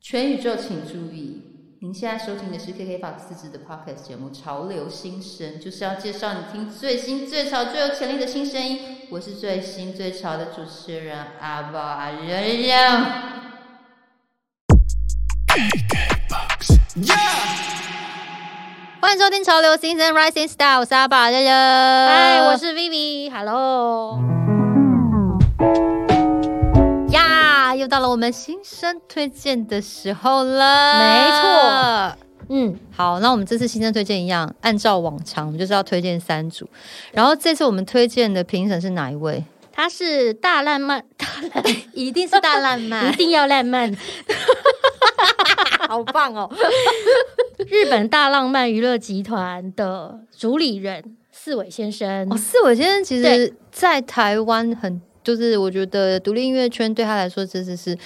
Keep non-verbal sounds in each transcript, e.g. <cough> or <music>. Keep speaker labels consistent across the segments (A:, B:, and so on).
A: 全宇宙请注意，您现在收听的是 KK Box 自制的 Podcast 节目《潮流新声》，就是要介绍你听最新、最潮、最有潜力的新声音。我是最新最潮的主持人阿宝阿仁仁。
B: 欢迎收听《潮流新生 Rising Star》，我是阿爸，大家
C: 嗨，我
B: 是
C: 是 Vivi。Hello，
B: 呀，又到了我们新生推荐的时候了，
C: 没嗯，
B: 错。好，那我们这次新生推荐一样，按照往常，我们就是要推荐三组。然后这次我们推荐的评审是哪一位？
C: 他是大浪漫，大浪
B: <laughs> 一定是大浪
C: 漫， <laughs> 一定要浪漫，
B: <laughs> 好棒哦！
C: 日本大浪漫娱乐集团的主理人四尾先生
B: 哦，。四尾先生其实
C: 对，
B: 在台湾很，就是我觉得独立音乐圈对他来说，真的是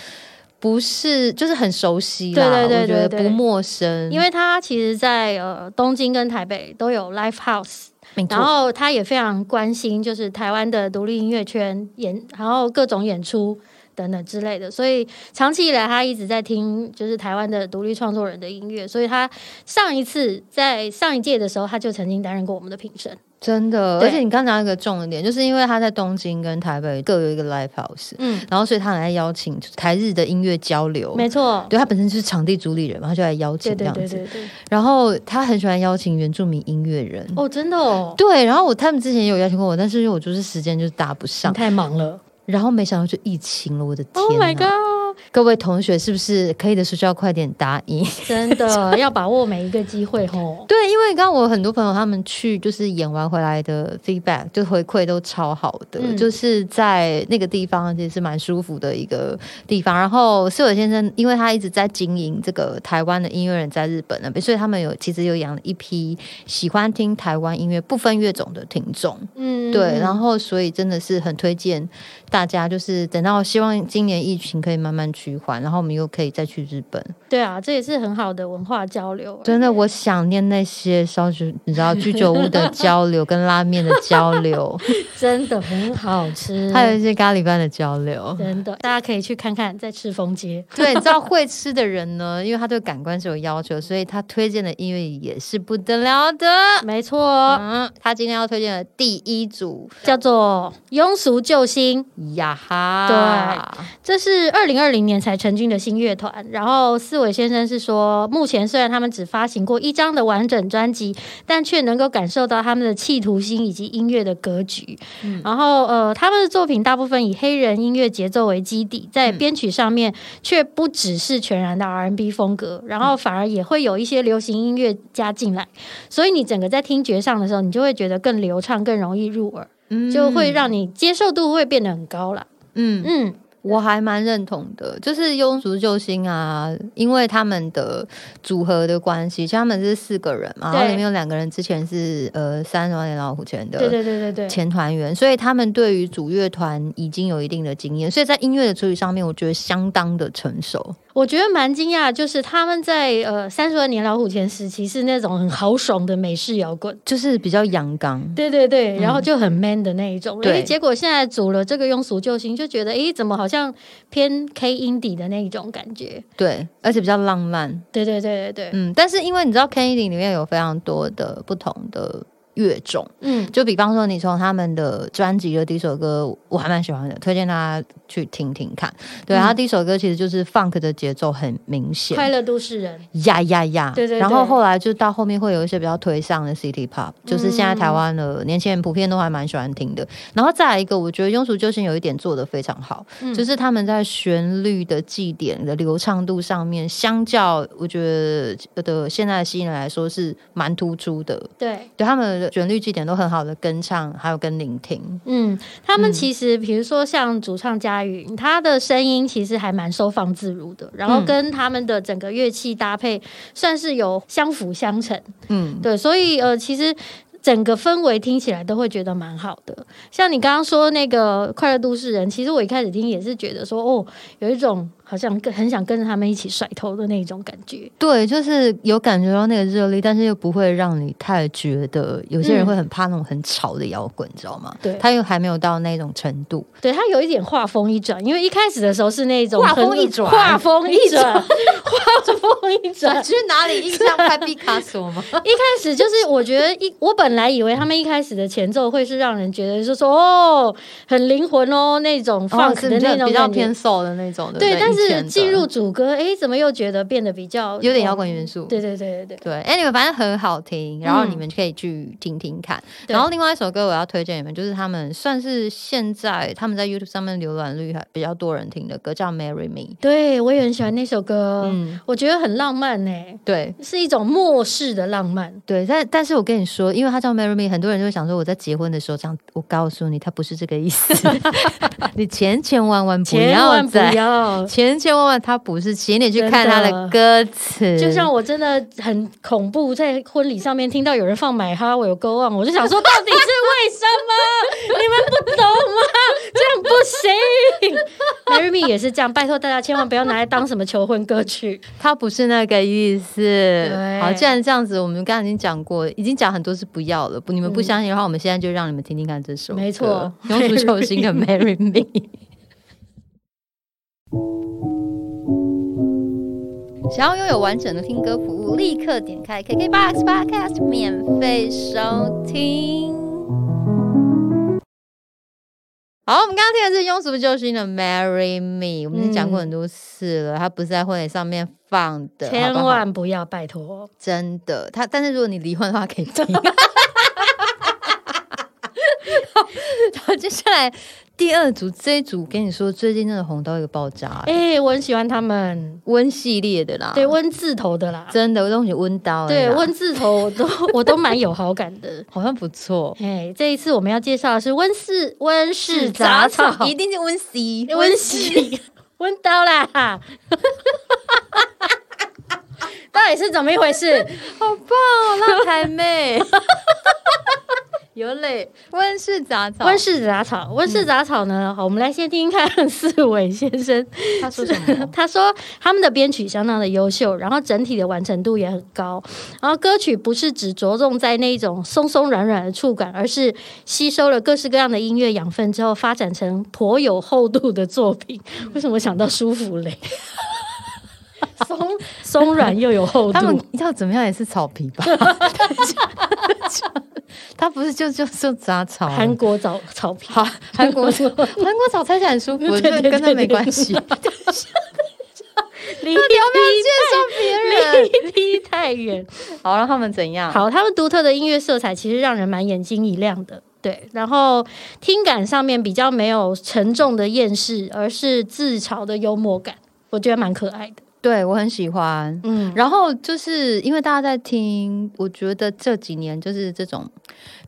B: 不是就是很熟悉啦，
C: 对对对
B: 我觉
C: 对
B: 得
C: 对
B: 不陌生，
C: 因为他其实在，呃东京跟台北都有 live house，
B: 没错
C: 然后他也非常关心就是台湾的独立音乐圈演，然后各种演出等等之类的，所以长期以来他一直在听就是台湾的独立创作人的音乐，所以他上一次在上一届的时候，他就曾经担任过我们的评审，
B: 真的，
C: 对
B: 而且你刚讲到一个重点，就是因为他在东京跟台北各有一个 live house，
C: 嗯，
B: 然后所以他很爱邀请台日的音乐交流。
C: <laughs> 没错，
B: 对他本身就是场地主理人嘛，他就来邀
C: 对
B: 请这
C: 对
B: 样子。
C: 对对对，
B: 然后他很喜欢邀请原住民音乐人。
C: 哦，真的哦，
B: 对，然后我他们之前也有邀请过我，但是因为我就是时间就是搭不上
C: 你，太忙了
B: 然后没想到就疫情了，我的天
C: 嗯，Oh my
B: 呐
C: god，
B: 各位同学是不是可以的时候就要快点答应？
C: 真
B: <laughs>
C: 的要把握每一个机会哦。
B: 对，因为刚刚我很多朋友他们去就是演完回来的 feedback 就回馈都超好的，
C: 嗯
B: 就是在那个地方也是蛮舒服的一个地方。然后室友先生因为他一直在经营这个台湾的音乐人在日本那边，所以他们有其实有养了一批喜欢听台湾音乐不分乐种的听众。
C: 嗯
B: 对，然后所以真的是很推荐大家，就是等到希望今年疫情可以慢慢趋缓，然后我们又可以再去日本。
C: 对啊，这也是很好的文化交流。
B: 真的，我想念那些烧酒，你知道居酒屋 <laughs> 的交流，跟拉面的交流， <laughs>
C: 真的很好吃，
B: 还有一些咖喱饭的交流。
C: <laughs> 真的，大家可以去看看，在赤峰街。
B: 对，你知道会吃的人呢，因为他对感官是有要求，所以他推荐的音乐也是不得了的。
C: 没错，哦
B: 嗯，他今天要推荐的第一组
C: 叫做《庸俗救星》，
B: 呀哈，
C: 这是二零二零年才成军的新乐团。然后四尾先生是说，目前虽然他们只发行过一张的完整专辑，但却能够感受到他们的企图心以及音乐的格局。然后呃，他们的作品大部分以黑人音乐节奏为基底，在编曲上面却不只是全然的 R&B 风格，然后反而也会有一些流行音乐加进来，所以你整个在听觉上的时候，你就会觉得更流畅、更容易入耳，
B: 嗯
C: 就会让你接受度会变得很高啦。
B: 嗯
C: 嗯，
B: 我还蛮认同的，就是庸俗救星啊，因为他们的组合的关系，像他们是四个人嘛，
C: 对
B: 然后里面有两个人之前是呃三十万年老虎钳
C: 对
B: 的
C: 对对对对，
B: 前团员，所以他们对于主乐团已经有一定的经验，所以在音乐的处理上面，我觉得相当的成熟。
C: 我觉得蛮惊讶，就是他们在呃三十二年老虎钳时期是那种很豪爽的美式摇滚。
B: 就是比较阳刚，
C: 对对对，然后就很 man 的那一种。
B: 嗯对
C: 对，结果现在组了这个庸俗救星，就觉得诶，怎么好像偏 K indie 的那一种感觉？
B: 对，而且比较浪漫，
C: 对对对对对，
B: 嗯，但是因为你知道 k e n n y 里面有非常多的不同的乐种，
C: 嗯，
B: 就比方说，你从他们的专辑的第一首歌，我还蛮喜欢的，推荐大家去听听看。对，
C: 嗯
B: 他第一首歌其实就是 funk 的节奏很明显，
C: 快乐都市人，
B: 呀呀呀！
C: 对对嗯对
B: 然后后来就到后面会有一些比较推向的 city pop，就是现在台湾的年轻人普遍都还蛮喜欢听的。然后再来一个，我觉得庸俗救星有一点做的非常好，
C: 嗯
B: 就是他们在旋律的祭点的流畅度上面，相较我觉得的现在的新人来说是蛮突出的。
C: 对。
B: 对他们的旋律祭点都很好的跟唱，还有跟聆听。
C: 嗯，他们其实比如说像主唱佳云，她的声音其实还蛮收放自如的，然后
B: 嗯
C: 跟他们的整个乐器搭配算是有相辅相成。
B: 嗯，
C: 对，所以呃，其实整个氛围听起来都会觉得蛮好的。像你刚刚说那个《快乐都市人》，其实我一开始听也是觉得说，哦，有一种好像跟很想跟着他们一起甩头的那种感觉。
B: 对，就是有感觉到那个热力，但是又不会让你太觉得。有些人
C: 嗯
B: 会很怕那种很吵的摇滚，你知道吗？
C: 对
B: 他又还没有到那种程度。
C: 对，它有一点画风一转，因为一开始的时候是那种
B: 画
C: 很
B: 风一转
C: 画风一转，画他们不一
B: <laughs>
C: 整。
B: 转去哪里？印象派毕卡索吗？
C: 一开始就是我觉得一，我本来以为他们一开始的前奏会是让人觉得是说哦，很灵魂哦那种
B: <laughs>
C: 放
B: 哦，
C: 的
B: 是比
C: 那
B: 较
C: 种
B: 比较
C: 感觉
B: 偏 soul 的那种的。
C: 对，但
B: 以前
C: 是
B: 的
C: 进入主歌，哎，怎么又觉得变得比较
B: 有点摇滚元素。
C: 对对对对对，
B: 对，anyway，反正很好听，然后
C: 嗯
B: 你们可以去听听看。
C: 对
B: 然后另外一首歌我要推荐你们，就是他们算是现在他们在 YouTube 上面浏览率还比较多人听的歌，叫《Marry Me》。
C: 对我也很喜欢那首歌，
B: 嗯，
C: 我觉得很浪漫呢、
B: 对
C: 是一种末世的浪漫。
B: 对，但但是我跟你说，因为它叫《Marry Me》，很多人就会想说我在结婚的时候这样，我告诉你，它不是这个意
C: <laughs>
B: 思，你千千万万不
C: 千
B: 要
C: 万不
B: 在。
C: 要，
B: 千千万万，它不是，请你去看它的
C: 真
B: 歌词，
C: 就像我真的很恐怖，在婚礼上面听到有人放《买哈》，我有 Go On，我就想说，到底是为什么？你们不懂吗？这样不行。Marry Me 也是这样，拜托大家千万不要拿来当什么求婚歌曲。
B: 它不是那个意思。好，
C: 对
B: 既然这样子，我们刚刚已经讲过，已经讲很多是不要了，不，你们不相信的话，我们现在就让你们听听看这首歌，
C: 没错
B: 永足球星
C: <laughs>
B: 的 Marry Me。想要拥有完整的听歌服务，立刻点开 KKBOX Podcast 免费收听。好，我们刚刚听的是庸俗救星的《Marry Me》，我们已经讲过
C: 嗯
B: 很多次了，它不是在婚礼上面放的，
C: 千
B: 好不好
C: 万不要，拜托。
B: 真的，他但是如果你离婚的话，可以听。 <laughs> 好，接下来第二组这一组，跟你说，最近真的红到一个爆炸、欸，
C: 哎、我很喜欢他们，
B: 温、系列的啦，
C: 对，温字头的啦，
B: 真的，我东西温刀，
C: 对，温字头我都我都蛮有好感 <laughs> 的。
B: 好像不错，
C: 哎，这一次我们要介绍的是温室温室杂草，
B: 一定是温 C，
C: <laughs> 温室温到啦， <laughs> 到底是怎么一回事？
B: 好棒哦，辣台妹， <laughs> 有嘞，温室杂草，
C: 温室杂草，温室杂草呢？好，我们来先听听看 <laughs> 四尾先生
B: 他说什 <laughs> 么？
C: <laughs> 他说他们的编曲相当的优秀，然后整体的完成度也很高，然后歌曲不是只着重在那一种松松软软的触感，而是吸收了各式各样的音乐养分之后，发展成颇有厚度的作品。
B: <laughs>
C: 为什么想到舒芙蕾？松松软又有厚
B: 他们
C: 度，
B: 要怎么样也是草皮
C: <laughs>
B: 吧？他不是就就就杂草啊，
C: 韩国草草皮。
B: 好，韩
C: <laughs>
B: 国韩国早餐起来很舒服，
C: 对
B: 我觉
C: 对对
B: 得跟那没关
C: <laughs>
B: 系。到底
C: 离
B: 要不要介绍别人？
C: 离离太远。
B: 好，让他们怎样？
C: 好，他们独特的音乐色彩其实让人蛮眼睛一亮的。对，然后听感上面比较没有沉重的厌世，而是自嘲的幽默感，我觉得蛮可爱的。
B: 对我很喜欢。
C: 嗯，
B: 然后就是因为大家在听，我觉得这几年就是这种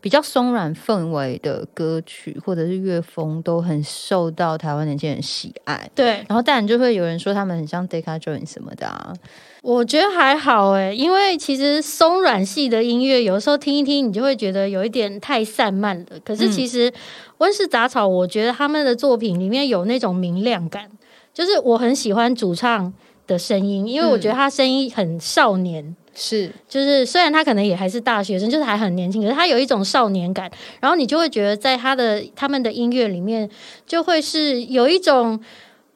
B: 比较松软氛围的歌曲或者是乐风都很受到台湾年轻人喜爱。
C: 对，
B: 然后当然就会有人说他们很像 Decca Jones 什么的啊，
C: 我觉得还好诶，因为其实松软系的音乐有时候听一听，你就会觉得有一点太散漫了。可是其实温室杂草，我觉得他们的作品里面有那种明亮感，就是我很喜欢主唱的声音，因为我觉得他声音很少年。
B: 是
C: 就是虽然他可能也还是大学生，就是还很年轻，可是他有一种少年感，然后你就会觉得在他的他们的音乐里面，就会是有一种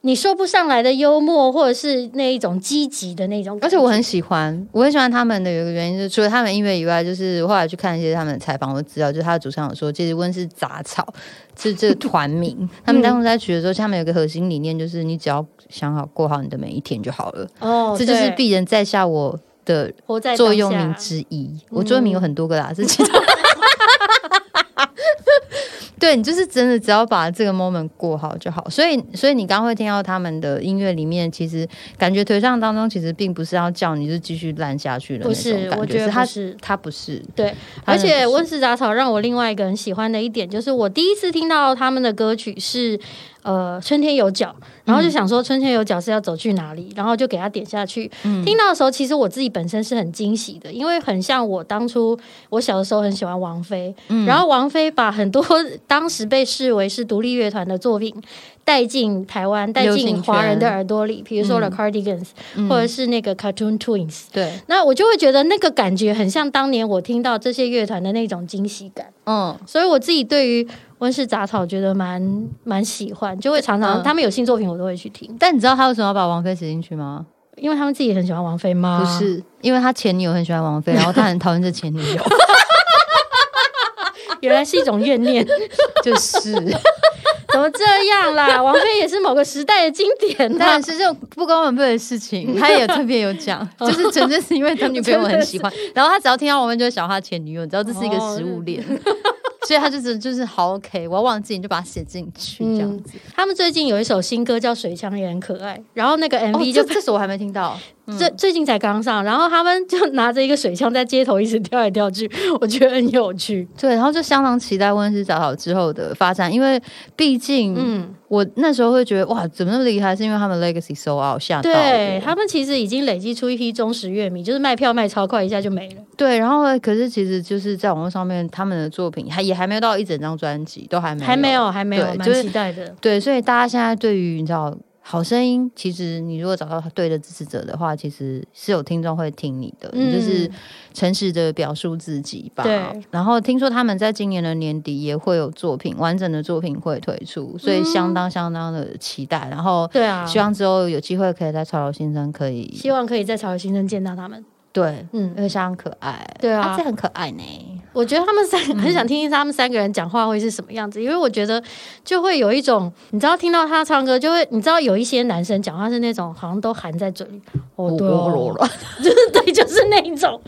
C: 你说不上来的幽默，或者是那一种积极的那种
B: 而
C: 感
B: 且
C: 觉。
B: 我很喜欢，我很喜欢他们的有一个原因，就是除了他们音乐以外，就是我后来去看一些他们的采访，我知道，就是他的主唱有说，其实温室杂草是这个团
C: <laughs>
B: 名。他
C: 嗯
B: 们当时在取的时候，他们有一个核心理念，就是你只要想好过好你的每一天就好了。
C: 哦，
B: 这就是
C: 对
B: 鄙人在下我的
C: 活在
B: 座
C: 当
B: 右
C: 下啊嗯
B: 铭之一。我座右铭有很多个啦，是其中。对你就是真的，只要把这个 moment 过好就好。所以，所以你刚刚会听到他们的音乐里面，其实感觉颓丧当中，其实并不是要叫你就继续烂下去的
C: 不
B: 那种
C: 是
B: 感，
C: 我
B: 觉
C: 觉
B: 是
C: 得
B: 他
C: 不是。
B: 他不是，
C: 对，
B: 他
C: 而
B: 真的
C: 且
B: 不是
C: 温室杂草让我另外一个很喜欢的一点就是，我第一次听到他们的歌曲是呃《春天有脚》，
B: 嗯
C: 然后就想说《春天有脚》是要走去哪里，然后就给他点下去。
B: 嗯
C: 听到的时候，其实我自己本身是很惊喜的，因为很像我当初我小的时候很喜欢王菲，
B: 嗯
C: 然后王菲把很多 <laughs> 当时被视为是独立乐团的作品带进台湾，带
B: 流
C: 进
B: 行
C: 华人的
B: 圈嗯
C: 耳朵里，比如说 The Cardigans、或者是那个 Cartoon Twins。
B: 对，
C: 那我就会觉得那个感觉很像当年我听到这些乐团的那种惊喜感，
B: 嗯，
C: 所以我自己对于温室杂草觉得蛮蛮喜欢，就会常
B: 嗯
C: 常、他们有新作品我都会去听。
B: 但你知道他为什么要把王菲写进去吗？
C: 因为他们自己很喜欢王菲吗？
B: 不，是，因为他前女友很喜欢王菲，然后他很讨厌这前女
C: <laughs>
B: 友，
C: 原来是一种怨念， <laughs>
B: 就是。
C: 怎么这样
B: <laughs>
C: 啦？王菲也是某个时代的经典啊呐、
B: 但是这种不关王菲的事 <laughs> 情，他也特别有讲，就是纯粹是因为他女朋友很 <laughs> 喜欢，然后他只要听到王菲就会想他前女友，你知道这是一个食物链， <laughs> 所以他就是就是好 OK，我要忘记你就把它写进去这样子。
C: 他们最近有一首新歌叫《水枪》，也很可爱。然后那个
B: 哦，
C: MV 就
B: 这嗯这首我还没听到，
C: 最最近才刚上，然后他们就拿着一个水枪在街头一直跳来跳去，我觉得很有趣。
B: 对，然后就相当期待温室早草之后的发展，因为毕竟
C: 嗯，
B: 我那时候会觉得哇，怎么那么厉害，是因为他们 Legacy so out 吓啊到
C: 对
B: 我。
C: 他们其实已经累积出一批忠实乐迷，就是卖票卖超快，一下就没了。
B: 对，然后呃可是其实就是在网络上面，他们的作品还也还没有到一整张专辑，都还没
C: 还没有，还没有，
B: 对
C: 蛮
B: 就是
C: 期待的。
B: 对，所以大家现在对于你知道好声音，其实你如果找到对的支持者的话，其实是有听众会听你的，你就是
C: 嗯
B: 诚实的表述自己吧。
C: 对。
B: 然后听说他们在今年的年底也会有作品，完整的作品会推出，所以相
C: 嗯
B: 当相当的期待。然后
C: 对啊，
B: 希望之后有机会可以在潮流先生可以
C: 希望可以在潮流新生见到他们。
B: 对，因
C: 嗯，
B: 为相当可爱。
C: 对啊
B: 这很可爱呢。
C: 我觉得他们三
B: 嗯
C: 很想听听他们三个人讲话会是什么样子，因为我觉得就会有一种，你知道听到他唱歌就会，你知道有一些男生讲话是那种好像都含在嘴里，哦对哦，就是 <laughs> 对，就是那一种，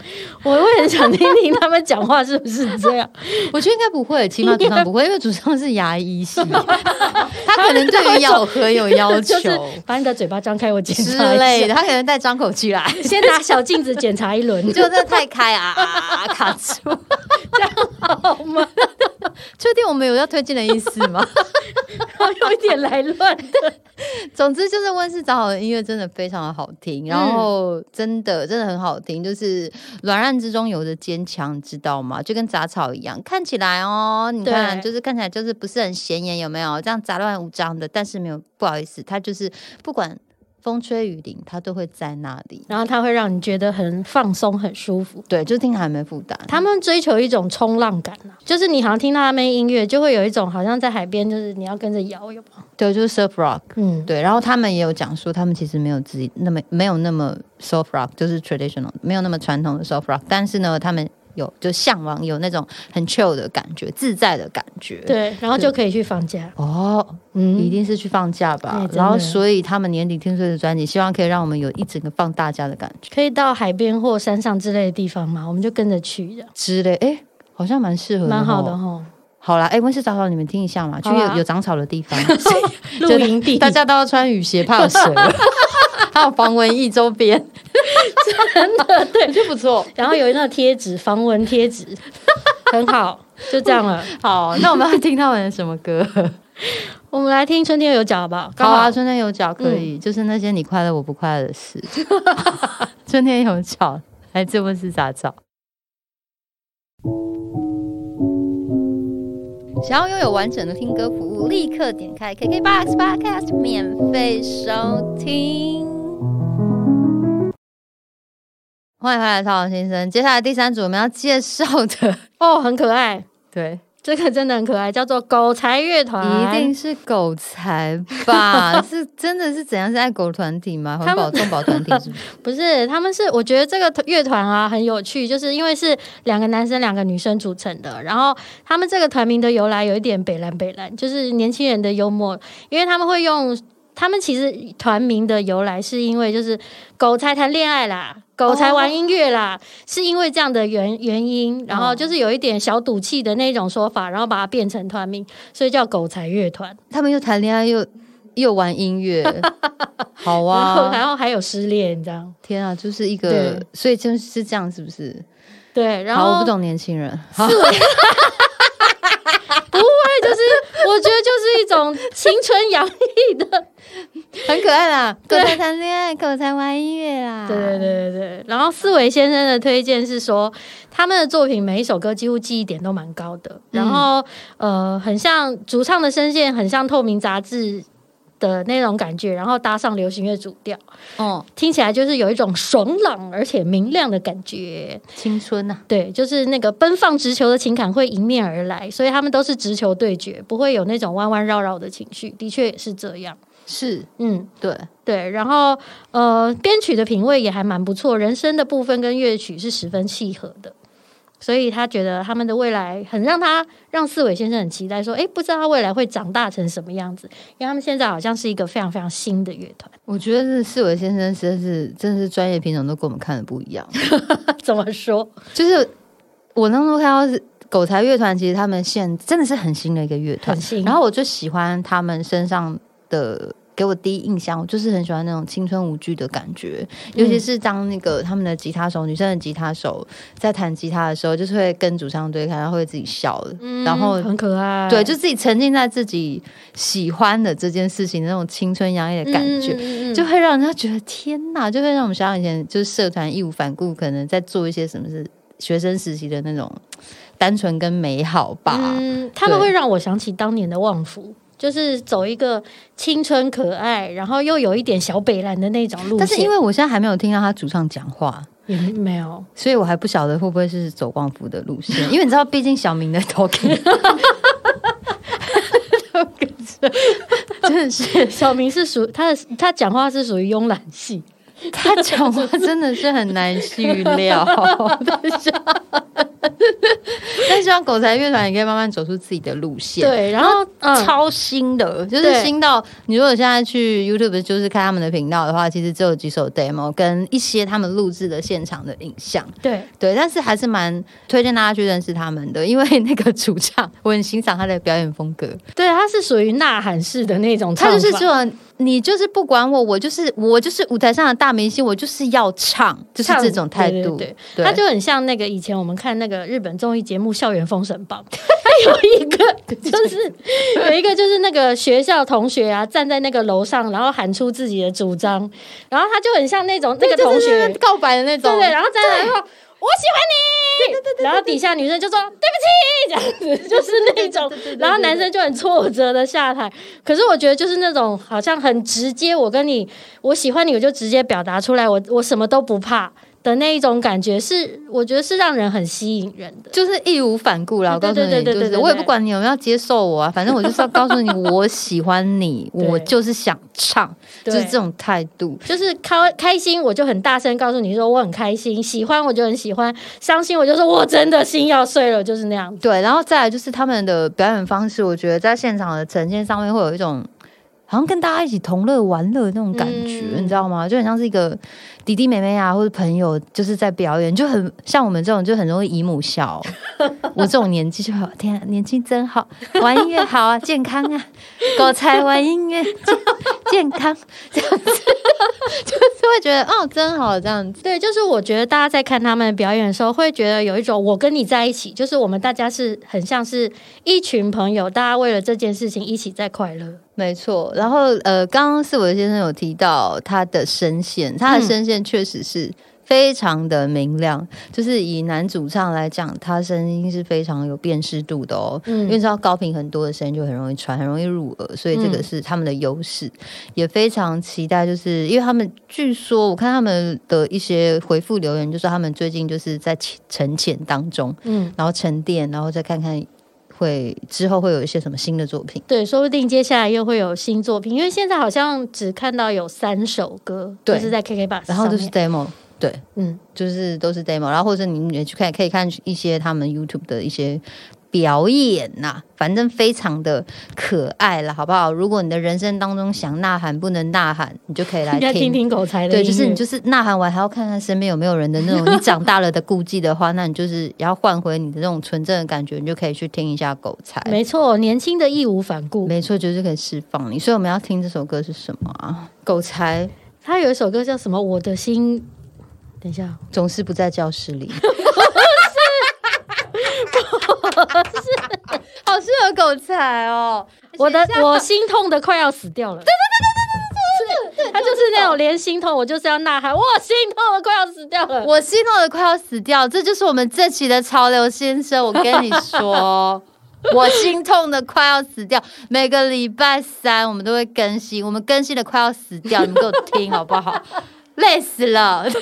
C: 我会很想听听他们讲话是不是这样？
B: 我觉得应该不会， <laughs> 起码主唱不会，因为主唱是牙医 <laughs> 系，他可能对于咬合有要 <laughs> 求
C: 就是把你的嘴巴张开，我检
B: 之
C: 查一
B: 类
C: 下，
B: 的，他可能带张口器 <laughs> 来，
C: <laughs> 先拿小镜子检查一轮， <laughs>
B: 就这太开啊啊，卡住。
C: 好吗？
B: <laughs> 确定我们有要推荐的意思吗？
C: <laughs> 有一点来乱 <laughs> 的，
B: 总之就是温室长好的音乐真的非常的好听，然后真的真的很好听，就是软烂之中有着坚强，你知道吗？就跟杂草一样，看起来哦，你看
C: 对
B: 就是看起来就是不是很显眼，有没有？这样杂乱无章的，但是没有不好意思，它就是不管风吹雨淋，它都会在那里。
C: 然后它会让你觉得很放松、很舒服。
B: 对，就听起来没负担。
C: 他们追求一种冲浪感啊，就是你好像听到他们音乐，就会有一种好像在海边，就是你要跟着摇，有没有？
B: 对，就是 surf rock。
C: 嗯，
B: 对，然后他们也有讲说，他们其实没有自己那么没有那么 soft rock，就是 traditional，没有那么传统的 soft rock，但是呢，他们有就向往有那种很 chill 的感觉，自在的感觉。，
C: 对，然后就可以去放假。
B: 哦，
C: 嗯，
B: 一定是去放假吧。
C: 哎真的
B: 然后，所以他们年底听说的专辑，希望可以让我们有一整个放大假的感觉
C: 可以到海边或山上之类的地方嘛，我们就跟着去的，
B: 之类。哎，好像蛮适合，
C: 蛮好的
B: 哦。
C: 哈。
B: 好啦，哎，温室找找你们听一下嘛，去
C: 好啊
B: 有有长草的地
C: <laughs>
B: 方，
C: 露营地， <laughs>
B: 大家都要穿雨鞋，怕有蛇，还有防蚊疫周边，真的对， <laughs> 就不错。
C: 然后有那个贴纸，防蚊贴纸， <laughs> 很好，就这样了。
B: 好，那我们要听他们什么 <laughs> 歌？
C: <laughs> 我们来听《春天有脚》吧，
B: 好
C: 刚
B: 啊，
C: 好
B: 春天有脚可以，就是那些你快乐我不快乐的事。 <laughs> 春天有脚，来自温室杂草。想要拥有完整的听歌服务，立刻点开 KKBOX Podcast 免费收听。欢迎回来，曹老先生。接下来第三组我们要介绍的， <laughs>
C: 哦，很可爱，
B: 对，
C: 这个真的很可爱，叫做狗柴乐团，
B: 一定是狗才
C: <laughs>
B: 吧？是真的是怎样？是爱狗团体吗？环
C: 他们
B: 保动保团体
C: <laughs>
B: 是不是？
C: 不是，他们是我觉得这个乐团啊很有趣，就是因为是两个男生两个女生组成的，然后他们这个团名的由来有一点北蓝北蓝，就是年轻人的幽默，因为他们会用。他们其实团名的由来是因为就是狗才谈恋爱啦，狗
B: 哦
C: 才玩音乐啦，是因为这样的原原因，然
B: 哦
C: 后就是有一点小赌气的那种说法，然后把它变成团名，所以叫狗才乐团。
B: 他们又谈恋爱又又玩音
C: <laughs>
B: 乐，好
C: 然后
B: 啊！
C: 然后还有失恋这样，
B: 天啊，就是一个
C: 对，
B: 所以就是这样，是不是？
C: 对，然
B: 好，
C: 后
B: 我不懂年轻人。好，
C: 我觉得就是一种青春洋溢的，
B: 很可爱啦，狗才谈恋爱，狗才玩音乐啦。
C: 对 <laughs> 对对对对。然后四维先生的推荐是说，他们的作品每一首歌几乎记忆点都蛮高的，然后、呃，很像主唱的声线，很像透明杂志。的那种感觉，然后搭上流行乐主调，
B: 哦，
C: 听起来就是有一种爽朗而且明亮的感觉。
B: 青春啊呐、
C: 对，就是那个奔放直球的情感会迎面而来，所以他们都是直球对决，不会有那种弯弯绕绕的情绪。的确也是这样。
B: 是
C: 嗯，
B: 对，
C: 对，然后呃，编曲的品味也还蛮不错，人声的部分跟乐曲是十分契合的，所以他觉得他们的未来很让他让四伟先生很期待，说，诶，不知道他未来会长大成什么样子，因为他们现在好像是一个非常非常新的乐团， <laughs>
B: 我觉得是四维先生真是真是专业品种都跟我们看的不一样。
C: 怎么说？
B: 就是我那时候看到是狗才乐团，其实他们现真的是很新的一个乐团
C: 很，新，
B: 然后我最喜欢他们身上的。给我第一印象，我就是很喜欢那种青春无惧的感觉，尤
C: 嗯
B: 其是当那个他们的吉他手，女生的吉他手在弹吉他的时候，就是会跟主唱对看，然后会自己笑的，
C: 嗯
B: 然后
C: 很可爱，
B: 对，就自己沉浸在自己喜欢的这件事情那种青春洋溢的感觉，
C: 嗯嗯嗯嗯
B: 就会让人家觉得天哪，就会让我们想到以前就是社团义无反顾，可能在做一些什么是学生时期的那种单纯跟美好吧。
C: 嗯，他们
B: 啊对
C: 会让我想起当年的旺福。就是走一个青春可爱，然后又有一点小北兰的那种路线，
B: 但是因为我现在还没有听到他主唱讲话，
C: 也没有，
B: 所以我还不晓得会不会是走光复的路线， <laughs> 因为你知道，毕竟小明的头给。
C: <laughs>
B: 真的是，
C: 小明是属他的，他讲话是属于慵懒系，
B: 他讲话真的是很难预
C: <laughs>
B: 料。 <laughs> 但希望狗仔乐团也可以慢慢走出自己的路线。
C: 对，然后嗯，
B: 超新的，就是
C: 对
B: 新到你如果现在去 YouTube 就是看他们的频道的话，其实只有几首 demo 跟一些他们录制的现场的影像，
C: 对，
B: 对，但是还是蛮推荐大家去认识他们的，因为那个主唱我很欣赏他的表演风格，
C: 对，他是属于呐喊式的那种唱
B: 他
C: 法，
B: 就是这种你就是不管我，我就是我就是舞台上的大明星，我就是要唱，就是
C: 唱
B: 这种态度，
C: 对对
B: 对
C: 他就很像那个以前我们看那个日本综艺节目《校园封神
B: <laughs>
C: 榜》，他有一个就是有一个就是那个学校同学啊，站在那个楼上，然后喊出自己的主张，然后他就很像那种那个同学，
B: 对对对告白的那种，
C: 对对，然后站起来说我喜欢你，然后底下女生就说对不起，这样子 <laughs> 就是那种，然后男生就很挫折的下台。可是我觉得就是那种好像很直接，我跟你我喜欢你，我就直接表达出来，我我什么都不怕的那一种感觉是，我觉得是让人很吸引人的。
B: 就是义无反顾啦，我告
C: 对
B: 诉
C: 对
B: 你，
C: 对
B: 就
C: 对对
B: 是
C: 对
B: 我也
C: 对
B: 不管你有没有要接受我啊，反正我就是要告诉你，我喜欢
C: <laughs>
B: 你，
C: 对
B: 我就是想唱，就
C: 对
B: 是这种态度。
C: 就是开开心，我就很大声告诉你说我很开心；喜欢我就很喜欢；伤心我就说我真的心要碎了，就是那样子。
B: 对，然后再来就是他们的表演方式，我觉得在现场的呈现上面会有一种好像跟大家一起同乐玩乐的那种感觉，
C: 嗯
B: 你知道吗？就很像是一个弟弟妹妹啊，或者朋友，就是在表演，就很像我们这种就很容易姨母笑。我这种年纪就好，天啊，年轻真好，玩音乐好啊，健康啊，狗才玩音乐，健健康这样子， <laughs> 就是会觉得哦，真好这样子。
C: 对，就是我觉得大家在看他们表演的时候，会觉得有一种我跟你在一起，就是我们大家是很像是一群朋友，大家为了这件事情一起在快乐。
B: 没错，然后呃，刚刚四维先生有提到他的声线，
C: 嗯
B: 他的声线确实是非常的明亮，就是以男主唱来讲，他声音是非常有辨识度的哦。因为
C: 嗯
B: 知道高频很多的声音就很容易传，很容易入耳，所以这个
C: 嗯
B: 是他们的优势，也非常期待。就是因为他们据说，我看他们的一些回复留言，就说他们最近就是在沉沉潜当中，
C: 嗯，
B: 然后沉淀，然后再看看会之后会有一些什么新的作品。
C: 对，说不定接下来又会有新作品，因为现在好像只看到有三首歌，
B: 对
C: 就是在 KKBox，
B: 然后就
C: 就是
B: demo，对，
C: 嗯，
B: 就是都是 demo，然后或者你也去看，可以看一些他们 YouTube 的一些表演呐、反正非常的可爱了，好不好？如果你的人生当中想呐喊不能呐喊，你就可以来
C: <laughs> 应该听
B: 听。
C: 听狗才的
B: 对，
C: 音乐，
B: 就是你就是呐喊完还要看看身边有没有人的那
C: <laughs>
B: 种，你长大了的顾忌的话，那你就是也要换回你的那种纯正的感觉，你就可以去听一下狗才。
C: 没错，年轻的义无反顾。
B: 没错，就是可以释放你。所以我们要听这首歌是什么啊？狗才
C: 他有一首歌叫什么？我的心，等一下，
B: 总是不在教室
C: <laughs>
B: 里。好适合狗才哦！
C: 我的我心痛的快要死掉了。对对对对对对对，他就是那种连心痛，我就是要呐喊，我心痛的快要死掉了。
B: 我心痛的快要死掉，这就是我们这期的潮流先生。我跟你
C: <laughs>
B: 说，我心痛的快要死掉。每个礼拜三我们都会更新，我们更新的快要死掉，你们给我听
C: <laughs>
B: 好不好？累死了，给我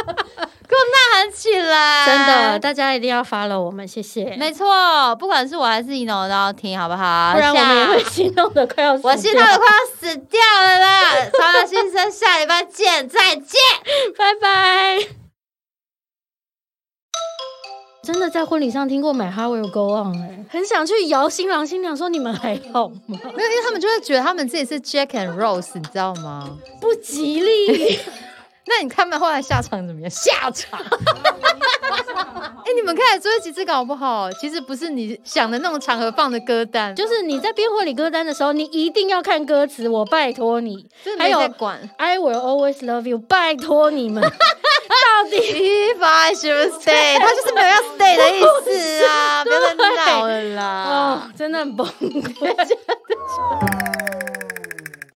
B: 呐喊起啦，
C: 真的，。大家一定要 follow 我们，谢谢。
B: 没错，不管是我还是你呢，我都要听，好不好？
C: 不然我们也
B: 下
C: 会心动的快要死掉。
B: 我心痛的快要死掉了啦！ <laughs> 长岛先生，下礼拜见，再见。
C: 拜拜。真的在婚礼上听过《My Heart Will Go On、哎，很想去摇新郎新娘说你们还好吗？
B: 没有，因为他们就会觉得他们自己是 Jack and Rose，你知道吗？
C: 不吉利，
B: 那你看他们后来下场怎么样？下场。 <laughs> 哎、你们看做一集这个好不好？其实不是你想的那种场合放的歌单，就
C: 就是你在编婚礼歌单的时候，你一定要看歌词，我拜托你。
B: 是
C: 还
B: 没
C: 有
B: 在管。
C: I will always love you，拜托你们，到底
B: <laughs> If I should stay，他就是没有要 stay 的意 <laughs> 思啊！不要再闹了啦。
C: 哦，真的很崩溃。